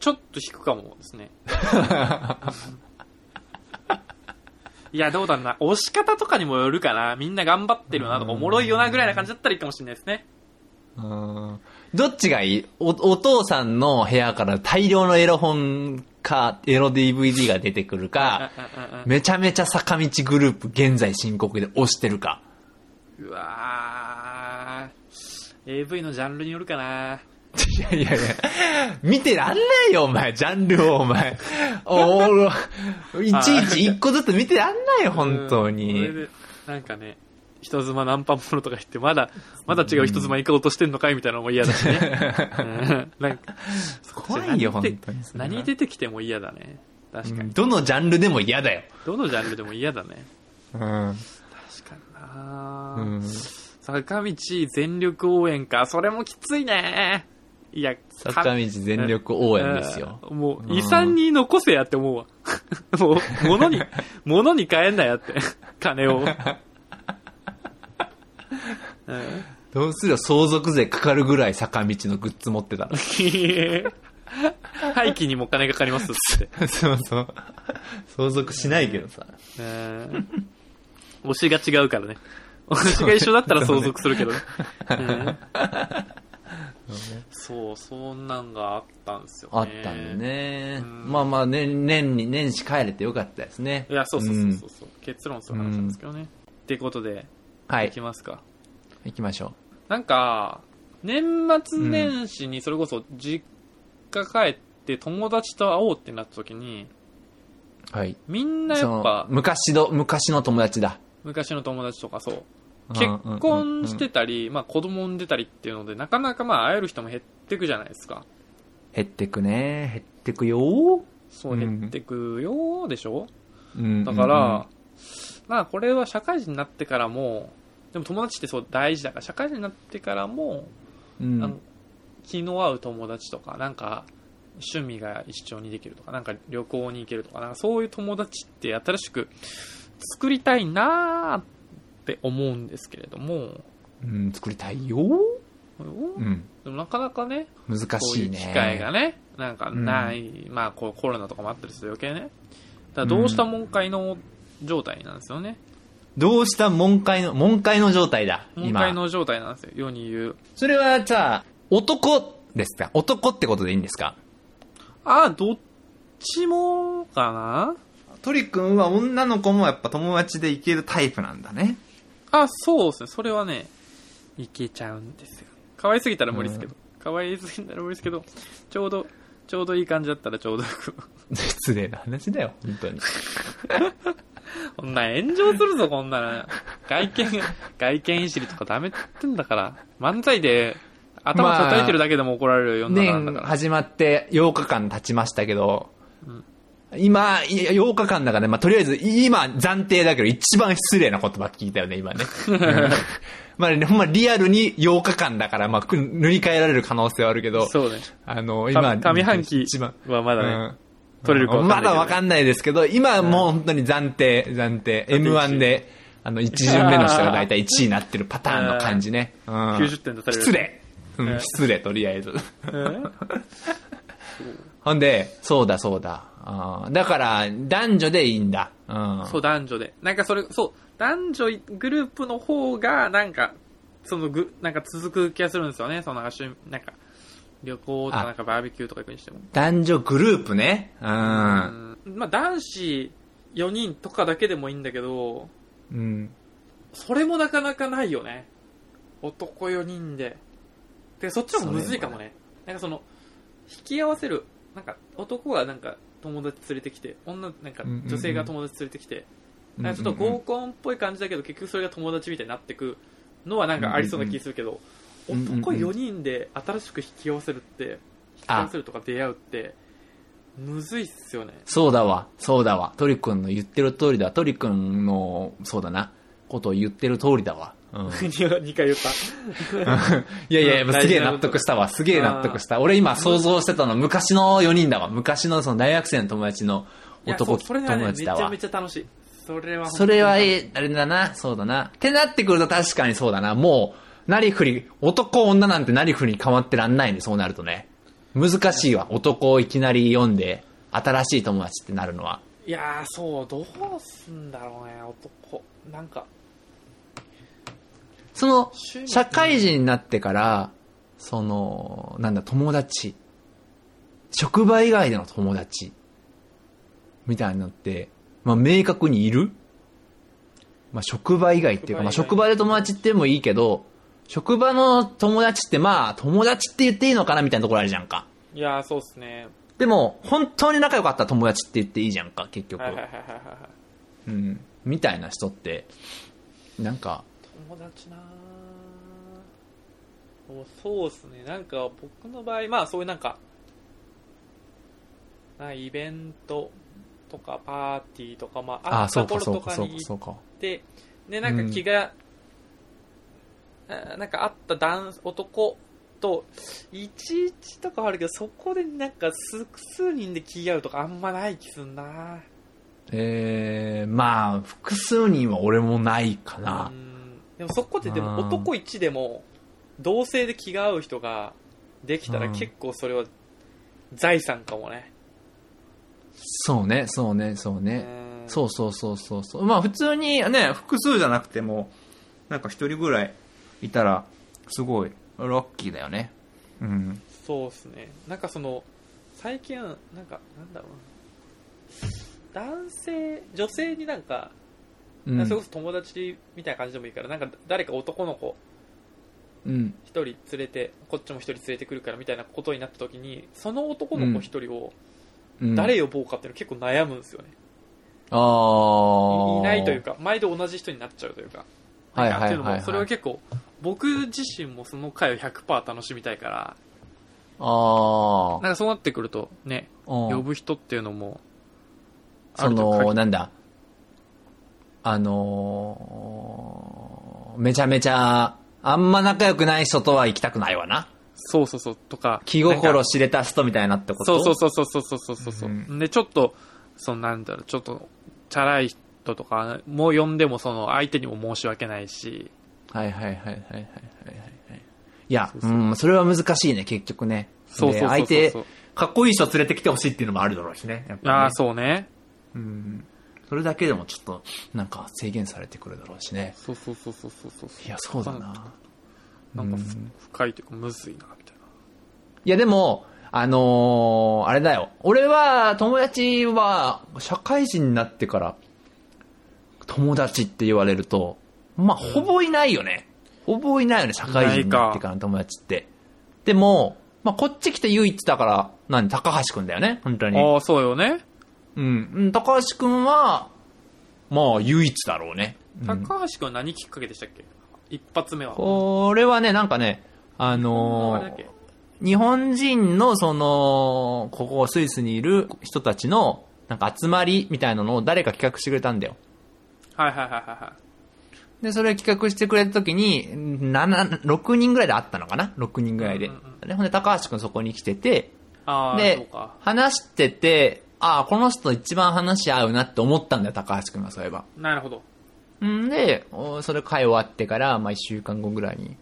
Speaker 1: ちょっと引くかもですね。いや、どうだろうな。押し方とかにもよるかな。みんな頑張ってるよなとか、おもろいよなぐらいな感じだったらいいかもしれないですね。
Speaker 2: うんどっちがいいおお父さんの部屋から大量のエロ本か、エロ DVD が出てくる か、
Speaker 1: あ
Speaker 2: めちゃめちゃ坂道グループ現在進行で推してるか。
Speaker 1: うわー。AV のジャンルによるかな。
Speaker 2: いやいやいや、見てらんないよ、お前、ジャンルを、お前。おーいちいち一個ずつ見てらんないよ、本当
Speaker 1: うんそ
Speaker 2: に。
Speaker 1: れでなんかね、人妻ナンパものとか言って、まだ、まだ違う人妻行こうとしてんのかいみたいなのも嫌だしね。うんなんか
Speaker 2: 怖い
Speaker 1: 何
Speaker 2: よ、本
Speaker 1: 出て
Speaker 2: 当に。
Speaker 1: 何出てきても嫌だね。確かに。
Speaker 2: どのジャンルでも嫌だよ。
Speaker 1: どのジャンルでも嫌だね。
Speaker 2: うん。
Speaker 1: 確かにな、
Speaker 2: うん
Speaker 1: 坂道全力応援か。それもきついね。いや、
Speaker 2: 坂道全力応援ですよ。
Speaker 1: うんもう、遺産に残せやって思うわ。 もう、物 に、物に変えんなやって。金を。うん
Speaker 2: どうするよ、相続税かかるぐらい坂道のグッズ持ってたら。
Speaker 1: 廃棄にもお金かかりますっつって。
Speaker 2: そうそう。相続しないけどさ。
Speaker 1: うん推しが違うからね。推しが一緒だったら相続するけどね。うんそう、そんなんがあったんですよね。
Speaker 2: あったんで。ね。
Speaker 1: うん
Speaker 2: まあまあ、年、年に、年始帰れてよかったですね。
Speaker 1: いや、そうそうそ
Speaker 2: ん
Speaker 1: うそうそう、結論そういう話なんですけどね。ってことで、
Speaker 2: はいい
Speaker 1: き。ますか。
Speaker 2: 行きましょ
Speaker 1: なんか、年末年始にそれこそ実家帰って友達と会おうってなった時に、
Speaker 2: う。はい。
Speaker 1: みんなや
Speaker 2: そ
Speaker 1: っ
Speaker 2: の
Speaker 1: ぱ、
Speaker 2: 昔の、昔の友達だ。
Speaker 1: 昔の友達とかそう、
Speaker 2: うん
Speaker 1: 結婚し。
Speaker 2: うんうん
Speaker 1: てたり、まあ子供産んでたりっていうので、なかなかまあ会える人も減ってくじゃないですか。
Speaker 2: 減ってくね。減ってくよ。
Speaker 1: そうう、
Speaker 2: ん
Speaker 1: 減ってくよーでしょ、
Speaker 2: うん
Speaker 1: だから、、まあこれは社会人になってからも、でも友達ってそう大事だから、社会人になってからも、
Speaker 2: うんう
Speaker 1: あ
Speaker 2: ん
Speaker 1: の気の合う友達とか、なんか趣味が一緒にできるとか、なんか旅行に行けるとか、なんかそういう友達って新しく作りたいなーって思うんですけれども、
Speaker 2: うん、作りたいよ。うん。
Speaker 1: でもなかなかね、
Speaker 2: 難
Speaker 1: そうい
Speaker 2: しいうね。
Speaker 1: 機会がね、なんかない、まあこうコロナとかもあったりすると余計ね。だからどうしたもんかいの状態なんですよね。
Speaker 2: どうした門会の、門会の状態だ。
Speaker 1: 問
Speaker 2: 今。
Speaker 1: 題の状態なんですよ、世に言う。
Speaker 2: それはさ、男ですか男ってことでいいんですか
Speaker 1: ああ、どっちもかな
Speaker 2: トリ君は女の子もやっぱ友達でいけるタイプなんだね。
Speaker 1: あ、そうですね。それはね、いけちゃうんですよ。可愛すぎたら無理ですけど。可愛すぎたら無理ですけど、ちょうど、ちょうどいい感じだったらちょうどよく。
Speaker 2: 失礼な話だよ、本当に。
Speaker 1: こんなん炎上するぞ、こんなの。外 見、外見いじりとかダメって言ってんだから。漫才で頭叩いてるだけでも怒られるようになるんだか
Speaker 2: 年
Speaker 1: ら。
Speaker 2: 始まって8日間経ちましたけど、
Speaker 1: うん
Speaker 2: 今、いや8日間だからね、まあ、とりあえず今暫定だけど一番失礼な言葉聞いたよね、今ね。うんまあね、ほんまリアルに8日間だから、まあ、く塗り替えられる可能性はあるけど、
Speaker 1: そうね。
Speaker 2: あの、
Speaker 1: か
Speaker 2: 今、
Speaker 1: 上半期
Speaker 2: 一番、
Speaker 1: はまだね、
Speaker 2: うん
Speaker 1: 取れるか分かんない
Speaker 2: ま
Speaker 1: けど
Speaker 2: だわかんないですけど、今はもう本当に暫定、暫定、M1 で、あの、1巡目の人が大体1位になってるパターンの感じね。うん
Speaker 1: 90点出される。
Speaker 2: 失礼。う
Speaker 1: うん
Speaker 2: ん、失礼、とりあえず。
Speaker 1: うん。
Speaker 2: ほんで、そうだそうだ。あーだから、男女でいいんだ。うん。
Speaker 1: そう、男女で。なんかそれ、そう、男女グループの方が、なんか、そのぐ、なんか続く気がするんですよね。そのなんか趣味、なんか、旅行とか、
Speaker 2: あ
Speaker 1: なんかバーベキューとか行くにしても。
Speaker 2: 男女グループね。う。
Speaker 1: うんん。まあ、男子4人とかだけでもいいんだけど、
Speaker 2: うん。
Speaker 1: それもなかなかないよね。男4人で。で、そっちの方がむずいかもね。なんかその、引き合わせる、なんか男がなんか友達連れてきて、女、なんか
Speaker 2: うんうんうん
Speaker 1: 女性が友達連れてきて、なんかちょっと合コンっぽい感じだけど、結局それが友達みたいになってくのはなんかありそうな気するけど、
Speaker 2: うんうんうん
Speaker 1: 男4人で新しく引き合わせるって、引き合わせるとか出会うって、むずいっすよね。
Speaker 2: そうだわ、そうだわ。トリ君の言ってる通りだ。トリ君の、そうだな、ことを言ってる通りだわ。うん。
Speaker 1: 2回言った。
Speaker 2: いやいやいや、
Speaker 1: うん
Speaker 2: すげえ納得したわ。すげえ納得した。俺今想像してたの昔の4人だわ。昔のその大学生の友達の
Speaker 1: いや
Speaker 2: 男
Speaker 1: そうそれがね、
Speaker 2: 友
Speaker 1: め
Speaker 2: 達
Speaker 1: ち
Speaker 2: だ
Speaker 1: ゃ
Speaker 2: わ
Speaker 1: め。ちゃ楽しい。それは本当
Speaker 2: そ
Speaker 1: に
Speaker 2: れは、ええあれだな、そうだな。ってなってくると確かにそうだな。もう、なりふり、男女なんてなりふりに変わってらんないんで、そうなるとね。難しいわ。男をいきなり読んで、新しい友達ってなるのは。
Speaker 1: いやー、そう、どうすんだろうね、男。なんか、
Speaker 2: その、
Speaker 1: 趣味
Speaker 2: 社会人になってから、その、なんだ、友達。職場以外での友達。みたいなのって、まあ、明確にいるまあ、職場以外っていうか、まあ、
Speaker 1: 職
Speaker 2: 職
Speaker 1: 場
Speaker 2: 場で友達ってもいいけど、職場の友達ってまあ、友達って言っていいのかなみたいなところあるじゃんか。
Speaker 1: いやー、そうっすね。
Speaker 2: でも、本当に仲良かった友達って言っていいじゃんか、結局。
Speaker 1: はいはいはいはいはい。
Speaker 2: うん。みたいな人って、なんか、
Speaker 1: 友達なぁもうそうですねなんか僕の場合まあそういうなんかなんかイベントとかパーティーとかまあ
Speaker 2: あ
Speaker 1: あ
Speaker 2: あ、
Speaker 1: っ
Speaker 2: そ
Speaker 1: た
Speaker 2: うか
Speaker 1: 頃
Speaker 2: そ
Speaker 1: と
Speaker 2: うか
Speaker 1: か
Speaker 2: そう
Speaker 1: に
Speaker 2: か
Speaker 1: 行
Speaker 2: そ
Speaker 1: っ
Speaker 2: うか。
Speaker 1: てでなんか気が、あなんかあった男男と11とかはあるけどそこでなんか複数人で気合うとかあんまない気すんな
Speaker 2: えー、まあ、複数人は俺もないか
Speaker 1: う
Speaker 2: な。
Speaker 1: んでもそこでで
Speaker 2: あ
Speaker 1: も
Speaker 2: ー
Speaker 1: 男1でも同性で気が合う人ができたら
Speaker 2: うん
Speaker 1: 結構それは財産かもね。
Speaker 2: そうね、そうね、そうね。
Speaker 1: うん
Speaker 2: そうそうそうそうそう。まあ普通にね、複数じゃなくても、なんか一人ぐらいいたら、すごい、ラッキーだよね。うん。
Speaker 1: そうですね。なんかその、最近、なんか、なんだろうな。男性、女性になんか、
Speaker 2: うん。
Speaker 1: それこそ友達みたいな感じでもいいから、なんか誰か男の子
Speaker 2: うん。
Speaker 1: 一人連れて、こっちも一人連れてくるからみたいなことになった時に、その男の子一人を
Speaker 2: うん
Speaker 1: 誰呼ぼうかっていうの結構悩むんですよね。
Speaker 2: ああ。
Speaker 1: いないという。か、毎度同じ人になっちゃうというか。
Speaker 2: はいはいはいはい
Speaker 1: なんかってうのもそれは結構、僕自身もその回を100%楽しみたいから、
Speaker 2: あ
Speaker 1: なんかそうなってくると、ね、
Speaker 2: あ。うん
Speaker 1: 呼ぶ人っていうのも、
Speaker 2: そ
Speaker 1: ある
Speaker 2: の、
Speaker 1: 程度限り
Speaker 2: なんだ。あのーめちゃめちゃ、あんま仲良くない人とは行きたくないわな。
Speaker 1: そうそうそう、とか。
Speaker 2: 気
Speaker 1: なん
Speaker 2: 心
Speaker 1: か
Speaker 2: 知れた人みたいなってこと
Speaker 1: そうそうそうそうそうそうそうそう、
Speaker 2: うん
Speaker 1: で、ちょっと、そのなんだろう、ちょっと、チャラい人とか、もう呼んでもその、相手にも申し訳ないし、
Speaker 2: はいはいはいはいはいはいはい。いや、
Speaker 1: そう
Speaker 2: う、
Speaker 1: そうん
Speaker 2: それは難しいね、結局ね。
Speaker 1: そうそうそうそう
Speaker 2: で相手、かっこいい人連れてきてほしいっていうのもあるだろうしね。やっぱ
Speaker 1: あ
Speaker 2: ね
Speaker 1: あ、そうね。
Speaker 2: うん。それだけでもちょっと、なんか制限されてくるだろうしね。
Speaker 1: そうそうそうそうそうそうそう。
Speaker 2: いや、そうだ。な。
Speaker 1: なんかふ
Speaker 2: うん
Speaker 1: 深いというか、むずいな、みたいな。
Speaker 2: いや、でも、あのーあれだよ。俺は、友達は、社会人になってから、友達って言われると、まあ、ほぼいないよね。ほぼいないよね、社会人になってからの友達って。でも、まあ、こっち来て唯一だから、何、高橋くんだよね、本当に。
Speaker 1: ああ、そうよね。
Speaker 2: うんうん。高橋くんは、まあ、唯一だろうね。うん
Speaker 1: 高橋君は何きっかけでしたっけ一発目は。
Speaker 2: これはね、なんかね、あ
Speaker 1: あ
Speaker 2: の
Speaker 1: れだ
Speaker 2: ー
Speaker 1: っけ
Speaker 2: 日本人のその、ここスイスにいる人たちの、なんか集まりみたいなのを誰か企画してくれたんだよ。
Speaker 1: はいはいはいはいはい。
Speaker 2: で、それ企画してくれた時に、7、6人ぐらいで会ったのかな ?6 人ぐらいで
Speaker 1: うんうん。
Speaker 2: ねほんで、高橋くんそこに来てて、
Speaker 1: ああ、そう
Speaker 2: で
Speaker 1: か。、
Speaker 2: 話してて、ああ、この人一番話し合うなって思ったんだよ、高橋くんがそういえば。
Speaker 1: なるほど。
Speaker 2: んで、おそれ会終わってから、まあ、一週間後ぐらいに、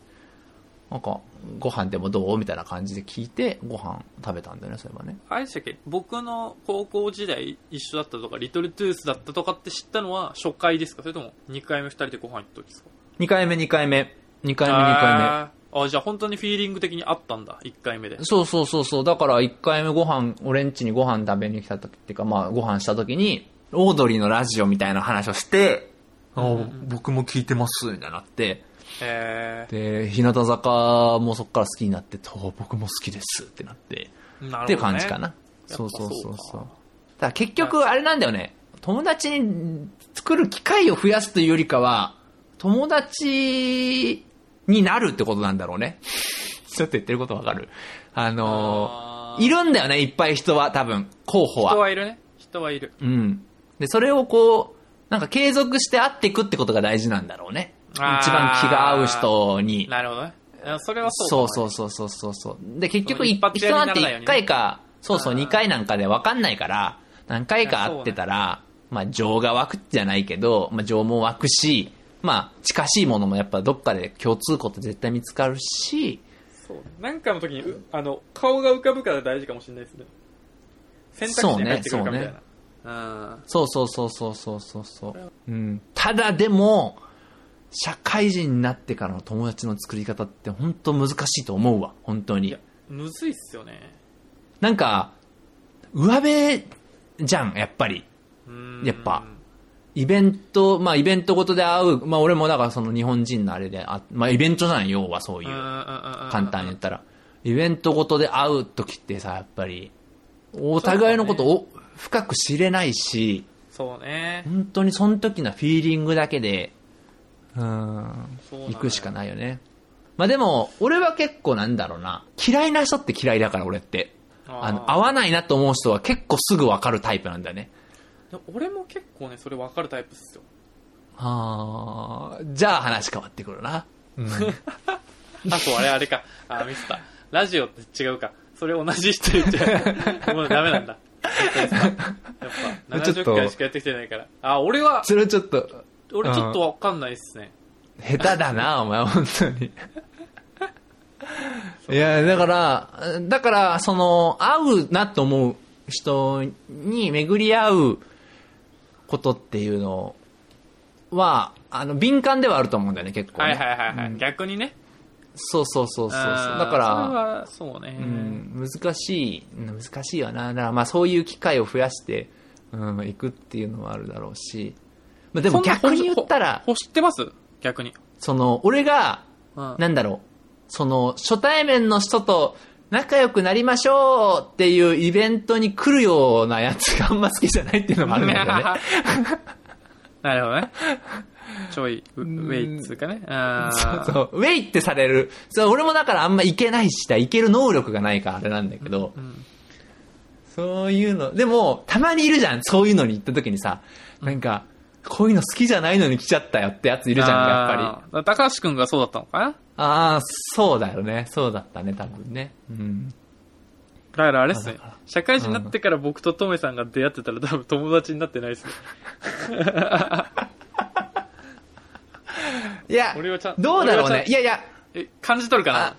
Speaker 2: なんか、ご飯でもどうみたいな感じで聞いて、ご飯食べたんだよね、それはね。
Speaker 1: あれでしたっけ僕の高校時代一緒だったとか、リトルトゥースだったとかって知ったのは初回ですかそれとも2回目2人でご飯行った時ですか
Speaker 2: 二回目、二回目。二回目、二回
Speaker 1: あーあ、じゃあ本当にフィーリング的にあったんだ。1回目で
Speaker 2: 目。。そうそうそうそう。だから、一回目ご飯、俺ん家にご飯食べに来た時っていうか、まあ、ご飯した時に、オードリーのラジオみたいな話をして、あ
Speaker 1: うんうん
Speaker 2: 僕も聞いてます、みたいになって。
Speaker 1: え
Speaker 2: で、日向坂もそっから好きになって、と僕も好きです、ってなって。
Speaker 1: ー、なるほど、ね。
Speaker 2: っていう感じか
Speaker 1: や
Speaker 2: な。
Speaker 1: っぱ
Speaker 2: そうそうそう
Speaker 1: そ
Speaker 2: そうう。だ
Speaker 1: か
Speaker 2: から結局、あれなんだよね。友達に作る機会を増やすというよりかは、友達になるってことなんだろうね。ちょっと言ってることわかる。あの
Speaker 1: あ
Speaker 2: ーいるんだよね、いっぱい人は、多分、候補
Speaker 1: ー人
Speaker 2: は。
Speaker 1: はいるね。人はいる。
Speaker 2: うん。で、それをこう、なんか継続して会っていくってことが大事なんだろうね。一
Speaker 1: あー
Speaker 2: 番気が合う人に。
Speaker 1: なるほどね。いやそれはそうか
Speaker 2: そ
Speaker 1: も
Speaker 2: う
Speaker 1: ね
Speaker 2: そうそうそうそうそう。で、結局、
Speaker 1: その一
Speaker 2: 一
Speaker 1: 発
Speaker 2: 人
Speaker 1: やり
Speaker 2: な
Speaker 1: にな
Speaker 2: んて
Speaker 1: らないように
Speaker 2: 一
Speaker 1: ね
Speaker 2: 回か、そうそう、
Speaker 1: うん
Speaker 2: 二回なんかで分かんないから、何回か会ってたら、まあ、情が湧くじゃないけど、まあ、情も湧くし、まあ、近しいものもやっぱどっかで共通項って絶対見つかるし、
Speaker 1: そうなんかの時にうあの顔が浮かぶから大事かもしれないですね選択肢に入ってくるかみたいなうん
Speaker 2: そうそうそうそうそうそうそう。うん。ただでも、社会人になってからの友達の作り方って本当難しいと思うわ、本当
Speaker 1: い
Speaker 2: に
Speaker 1: や。むずいっすよね
Speaker 2: なんか、上辺じゃん、やっぱり。
Speaker 1: うーん
Speaker 2: やっぱイベント、まあイベントごとで会う、まあ俺もだからその日本人のあれであ、まあイベントじゃない、要はそういう。簡
Speaker 1: 簡
Speaker 2: 単に言ったら。イベントごとで会う時ってさ、やっぱり、お互いのことを深く知れないし、
Speaker 1: そうね。
Speaker 2: 本当にその時のフィーリングだけで、うーん、
Speaker 1: そうなの
Speaker 2: 行
Speaker 1: よ
Speaker 2: くしかないよね。まあでも、俺は結構なんだろうな、嫌いな人って嫌いだから俺って。あの、合わないなと思う人は結構すぐわかるタイプなんだよね。
Speaker 1: でも俺も結構ね、それ分かるタイプっすよ。
Speaker 2: あーじゃあ話変わってくるな。
Speaker 1: あ、そう、あれ、あれか。あ、ミスター。ラジオって違うか。それ同じ人言っちゃう。もうダメなんだ。本当ですかやっぱ、
Speaker 2: ちょっと
Speaker 1: 70回しかやってきてないから。あ、俺は、
Speaker 2: それはちょっと、
Speaker 1: 俺ちょっとわかんないっすね。
Speaker 2: 下手だ な、お前、本当に。いや、だから、だから、その、会うなと思う人に巡り合うことっていうのは、あの、敏感ではあると思うんだよね、結構、ね。
Speaker 1: はいはいはいはい。逆にね。
Speaker 2: そうそうそうそうそう。
Speaker 1: あー
Speaker 2: だから
Speaker 1: それ、は、そうね。
Speaker 2: うん、難しい、うん難しいよな。だからまあそういう機会を増やして、うん、行くっていうのはあるだろうし。まあでも逆に言ったら、
Speaker 1: ほ知ってます逆に。
Speaker 2: その、俺が、
Speaker 1: うん。
Speaker 2: なんだろう、その、初対面の人と仲良くなりましょうっていうイベントに来るようなやつがあんま好きじゃないっていうのもあるんだけどね。
Speaker 1: なるほどね。ちょい、ウウェイっつうかね。あ
Speaker 2: そう
Speaker 1: ー
Speaker 2: そう。ウェイってされる。そう、俺もだからあんま行けないし、行ける能力がないからあれなんだけど、
Speaker 1: ん
Speaker 2: そういうの、でも、たまにいるじゃん。そういうのに行った時にさ、なんか、こういうの好きじゃないのに来ちゃったよってやついるじゃん、やっぱり。
Speaker 1: あー高橋くんがそうだったのかな
Speaker 2: ああ、そうだよね。そうだったね、多分ね。うん。
Speaker 1: だからあれっすね
Speaker 2: だから。
Speaker 1: 社会人になってから僕とトメさんが出会ってたら多分友達になってないっすね。
Speaker 2: いや、
Speaker 1: 俺はちゃん
Speaker 2: どうだろう
Speaker 1: 俺は
Speaker 2: ね。い
Speaker 1: ち
Speaker 2: やいや、
Speaker 1: え、感じ取るか
Speaker 2: あ
Speaker 1: な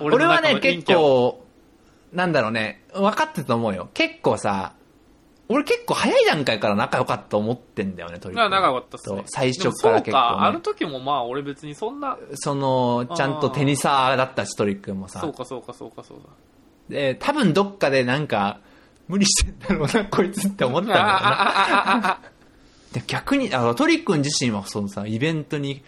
Speaker 2: 俺
Speaker 1: の
Speaker 2: は
Speaker 1: 中
Speaker 2: ね
Speaker 1: の、陰
Speaker 2: 結
Speaker 1: キャを。
Speaker 2: 構、なんだろうね、分かってたと思うよ。結構さ、俺結構早い段階から仲良かったと思ってんだよね、トリ
Speaker 1: いや、長かったっす
Speaker 2: と
Speaker 1: ね。
Speaker 2: 最初から
Speaker 1: でもそ
Speaker 2: 結
Speaker 1: うか、あ
Speaker 2: 構、
Speaker 1: の
Speaker 2: ね。
Speaker 1: 時もまあ俺別にそんな、
Speaker 2: その、ちゃんとテニサーだったし、トリックも
Speaker 1: そ
Speaker 2: さ
Speaker 1: う。かそうかそうかそうだ。
Speaker 2: で、多分どっかでなんか、無理してんだろうな、こいつって思ったんだ
Speaker 1: あ
Speaker 2: よ
Speaker 1: あ
Speaker 2: な。
Speaker 1: ああああ
Speaker 2: で逆に、あの、トリック自身はそのさ、イベントに、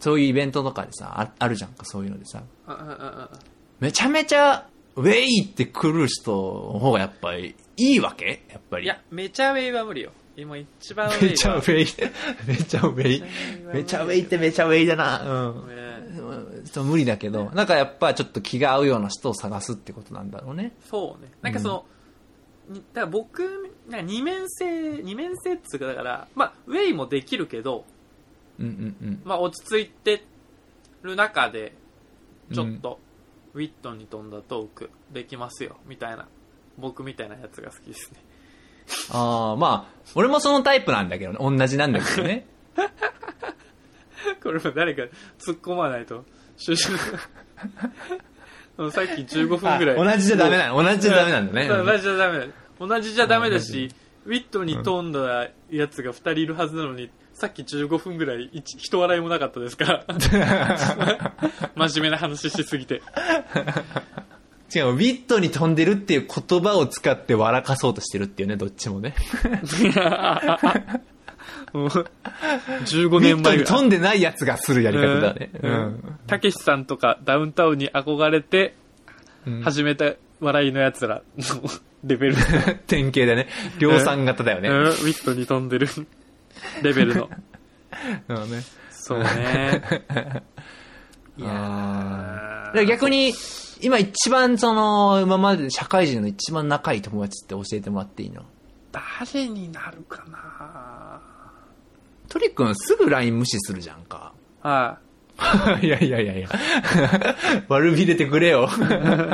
Speaker 2: そういうイベントとかでさ、ああるじゃんか、そういうのでさ。
Speaker 1: ああああ
Speaker 2: めちゃめちゃ、ウェイって来る人の方がやっぱり、いいわけやっぱり。
Speaker 1: いや、めちゃウェイは無理よ。今一番ウェイは。
Speaker 2: めちゃウェイ。 めちゃウェイ。めちゃウェイってめちゃウェイだな。うん。
Speaker 1: ね
Speaker 2: そう無理だけど、なんかやっぱちょっと気が合うような人を探すってことなんだろうね。
Speaker 1: そうね。なんかその、にだから僕、なんか二面性、二面性っつうか、だから、まあ、ウェイもできるけど、
Speaker 2: うんうんうん。
Speaker 1: まあ、落ち着いてる中で、ちょっと、ウィットに飛んだトークできますよ、みたいな。僕みたいなやつが好きですね。
Speaker 2: ああ、まあ、俺もそのタイプなんだけどね。同じなんだけ どね。
Speaker 1: これも誰か突っ込まないと、収集 さっき15分ぐらい。
Speaker 2: あ同じじゃダメなの。同じじゃダメなんだね。
Speaker 1: 同じじゃダメだ。同じじゃダメだし、ウィットに飛んだやつが2人いるはずなのに、さっき15分ぐらい一、一笑いもなかったです から。 真面目な話しすぎて。
Speaker 2: 違う、ウィットに飛んでるっていう言葉を使って笑かそうとしてるっていうね、どっちもね。
Speaker 1: もう15
Speaker 2: ウィ
Speaker 1: 年
Speaker 2: ット
Speaker 1: 前
Speaker 2: に
Speaker 1: ぐら
Speaker 2: 飛
Speaker 1: い。
Speaker 2: んでないやつがするやり方だね。う
Speaker 1: うん
Speaker 2: ん。
Speaker 1: たけしさんとかダウンタウンに憧れて
Speaker 2: うん
Speaker 1: 始めた笑いのやつらの レベル、
Speaker 2: 典型だね。量産型だよ
Speaker 1: う
Speaker 2: ね。
Speaker 1: んウィットに飛ん でるレベルの。
Speaker 2: うんね
Speaker 1: そうね。い
Speaker 2: あ
Speaker 1: や
Speaker 2: だから逆に、今一番その、今まで社会人の一番仲いい友達って教えてもらっていいの
Speaker 1: 誰になるかな
Speaker 2: トリ君すぐ LINE 無視するじゃんか。
Speaker 1: はい
Speaker 2: やいやいやいや。 悪びれてくれよ。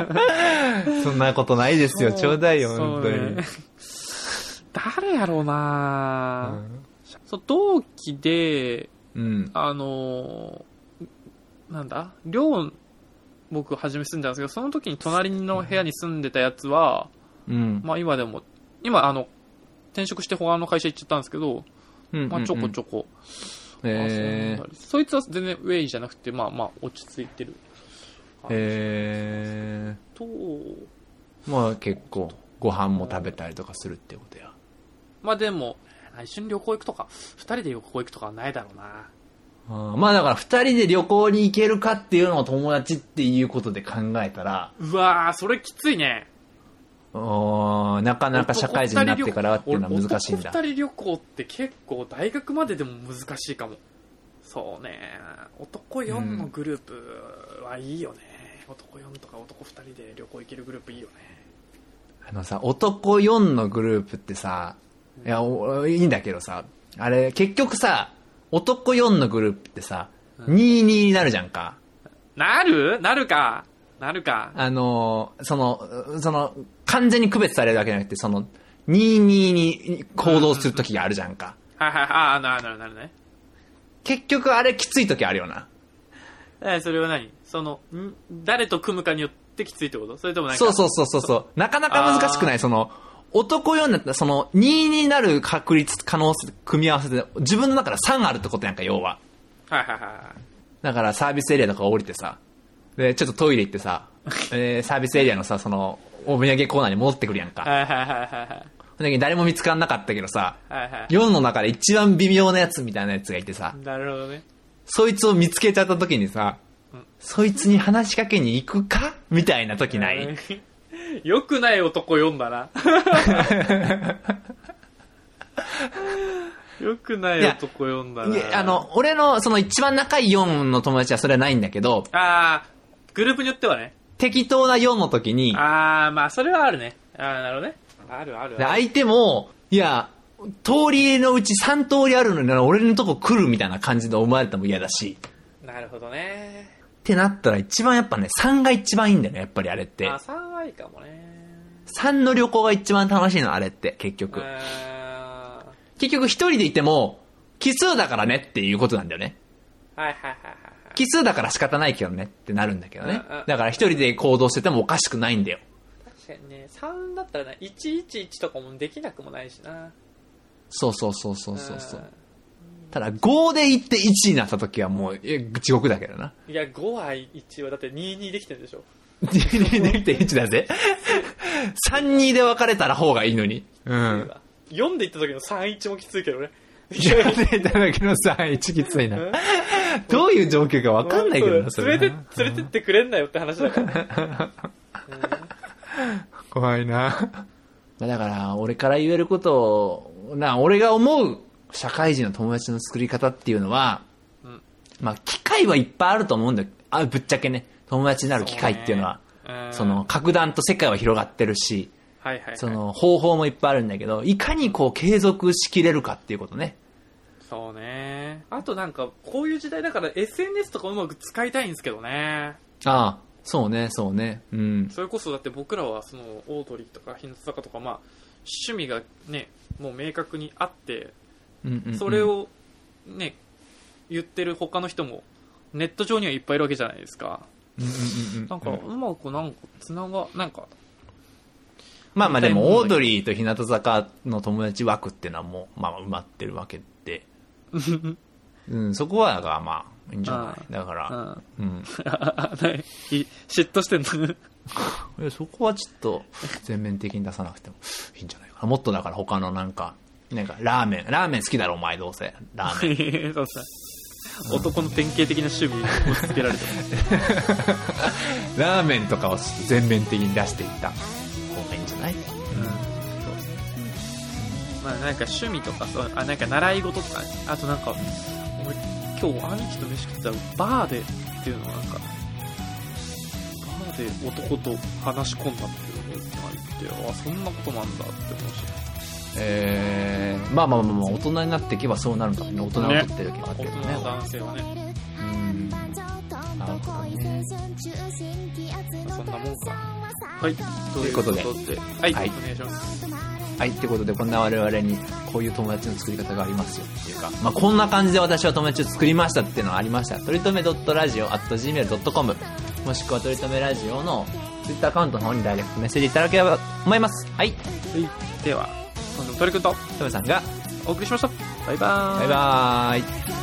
Speaker 2: そんなことないで
Speaker 1: い。
Speaker 2: すよ。ちょうだい
Speaker 1: そ
Speaker 2: よ、
Speaker 1: う
Speaker 2: 本当に。
Speaker 1: ね 誰やろうな、そう、同期で、
Speaker 2: うん。
Speaker 1: あのーなんだ寮、僕、初め住んでたんですけど、その時に隣の部屋に住んでたやつは、
Speaker 2: うん。
Speaker 1: まあ今でも、今、あの、転職して他の会社行っちゃったんですけど、
Speaker 2: うん。
Speaker 1: まあちょこち
Speaker 2: ょこ。
Speaker 1: ょこ、遊
Speaker 2: へ
Speaker 1: んだりそいつは全然ウェイじゃなくて、まあまあ落ち着いてる。
Speaker 2: ーへ
Speaker 1: と、
Speaker 2: ーまあ結構、ご飯も食べたりとかするってことや。
Speaker 1: まあでも、あ一緒に旅行行くとか、二人で旅行行くとかはないだろうな。
Speaker 2: うんまあだから二人で旅行に行けるかっていうのを友達っていうことで考えたら、
Speaker 1: うわー、それきついね。
Speaker 2: うんなかなか社会人になってからっていうのは難しいんだ
Speaker 1: 男。二人旅行って結構大学まででも難しいかも。そうね。男4のグループはいいよね。男4とか男2人で旅行行けるグループいいよね。
Speaker 2: あのさ、男4のグループってさ、いや、おいいんだけどさ、あれ、結局さ、男4のグループってさ、22になるじゃんか。
Speaker 1: なるなるか。なるか。
Speaker 2: あのー、その、その、完全に区別されるわけじゃなくて、その、22に行動するときがあるじゃんか。
Speaker 1: はいはいはい。あなるなるなるね。
Speaker 2: 結局あれきついときあるよな。
Speaker 1: え、それは何その、ん誰と組むかによってきついってことそれともなんか。
Speaker 2: そうそうそうそうそう。なかなか難しくないその、男4になったら、その、2になる確率、可能性、組み合わせで、自分の中で3あるってことやんか、要は。
Speaker 1: はいはいは
Speaker 2: だからサービスエリアとか降りてさ、で、ちょっとトイレ行っ てさ、でサービスエリアのさ、その、お土産コーナーに戻ってくるやん
Speaker 1: い。
Speaker 2: か。
Speaker 1: はいはいはいはいはい。
Speaker 2: その時に誰も見つからなかったけどさ、
Speaker 1: はいは
Speaker 2: 4の中で一番微妙なやつみたいなやつがいてさ、
Speaker 1: い。なるほどね。
Speaker 2: そいつを見つけちゃった時にさ、そいつに話しかけに行くかみたいな時ない、
Speaker 1: うん。よくない男4だ な。よくない男4だな。
Speaker 2: いやあ、の、俺のその一番仲いい4の友達はそれはないんだけど、
Speaker 1: あーグループによってはね。
Speaker 2: 適当な4の時に、
Speaker 1: あーまあ、それはあるね。あーなるほどね。あるある
Speaker 2: で
Speaker 1: ある。
Speaker 2: 相手も、いや、通りのうち3通りあるのに俺のとこ来るみたいな感じで思われても嫌だし、
Speaker 1: なるほどね。
Speaker 2: ってなったら一番やっぱね、3が一番いいんだよね、やっぱりあれって
Speaker 1: まあ、。3はいいかもね。
Speaker 2: 3の旅行が一番楽しいの、あれって、結
Speaker 1: う
Speaker 2: 局。
Speaker 1: ーん
Speaker 2: 結局一人でいても、奇数だからねっていうことなんだよね。
Speaker 1: はいはいはいはいはい。
Speaker 2: 奇数だから仕方ないけどねってなるんだけどね
Speaker 1: うんうん。
Speaker 2: だから一人で行動しててもおかしくないんだよ。
Speaker 1: 確かにね、3だったらね、111とかもできなくもないしな。
Speaker 2: そうそうそうそうそうそ
Speaker 1: ん
Speaker 2: う。ただ5で行って1になった時はもう、え地獄だけどな。
Speaker 1: いや、5は1はだって22できてるんでしょ。
Speaker 2: 12できて1だぜ。32で別れたら方がいいのに。うん。
Speaker 1: 4で行った時の31もきついけどね。
Speaker 2: 4でいただけの3、1きついな。どういう状況かわかんないけどな、それ
Speaker 1: 連
Speaker 2: な。
Speaker 1: れて、連れてってくれんなよって話だから。
Speaker 2: 怖いな。だから、俺から言えることを、な、俺が思う社会人の友達の作り方っていうのは、
Speaker 1: うん
Speaker 2: まあ、機会はいっぱいあると思うんだよ。あ、ぶっちゃけね。友達になる機会っていうのは、
Speaker 1: そうねうん
Speaker 2: その、格段と世界は広がってるし、
Speaker 1: はいはい、はい。
Speaker 2: その方法もいっぱいあるんだけど、いかにこう継続しきれるかっていうことね。
Speaker 1: そうね。あとなんか、こういう時代だから SNS とかうまく使いたいんですけどね。
Speaker 2: ああ、そうね、そうね。うん。
Speaker 1: それこそだって僕らはそのオードリーとか日向坂とかまあ趣味がねもう明確にあって
Speaker 2: うんうんうん
Speaker 1: それ、をね言ってる他の人もネット上にはいっぱいいるわけじゃないですか
Speaker 2: うんうんうんうん
Speaker 1: なんかうまくなんかつながなんか
Speaker 2: まあまあでも、オードリーと日向坂の友達枠っていうのはもう、まあ埋まってるわけ で。うん、そこは、だからまあ、いいんじゃないだか
Speaker 1: う
Speaker 2: ら、
Speaker 1: ん
Speaker 2: うん。
Speaker 1: ないい嫉妬してんの
Speaker 2: いやそこはちょっと、全面的に出さなくてもいいんじゃないかな。もっとだから他のなんか、なんか、ラーメン、ラーメン好きだろ、お前どうせ。ラーメ ン。
Speaker 1: そうさ男の典型的な趣味を押し付けられてる
Speaker 2: ラーメンとかを全面的に出していった方がいいんじゃない
Speaker 1: まあなんか趣味とかそうあなんか習い事とかあとなんか俺今日兄貴と飯食ってたらバーでっていうのはなんかバーで男と話し込んだっていうのがあってあそんなこともあんだって思うし
Speaker 2: えー、まあまあまあまあ、大人になっていけばそうなるんだね。大人を取ってるけど
Speaker 1: 大
Speaker 2: ね。
Speaker 1: 人の男性はね
Speaker 2: うん。なるほどね。
Speaker 1: そんなもんかはいと
Speaker 2: いうことで
Speaker 1: はい、
Speaker 2: はい
Speaker 1: お願いします
Speaker 2: はい、ってことで、こんな我々に、こういう友達の作り方がありますよっていうか、まあこんな感じで私は友達を作りましたっていうのはありました。とりとめ .radio.gmail.com もしくはとりとめラジオの Twitter アカウントの方にダイレクトメッセージいただければと思います。はい、
Speaker 1: はいでは今度も鳥くんと
Speaker 2: とめさんが、
Speaker 1: お送りしましたバイバーイ
Speaker 2: バイバーイ。
Speaker 3: 「君の声が聞こえてる」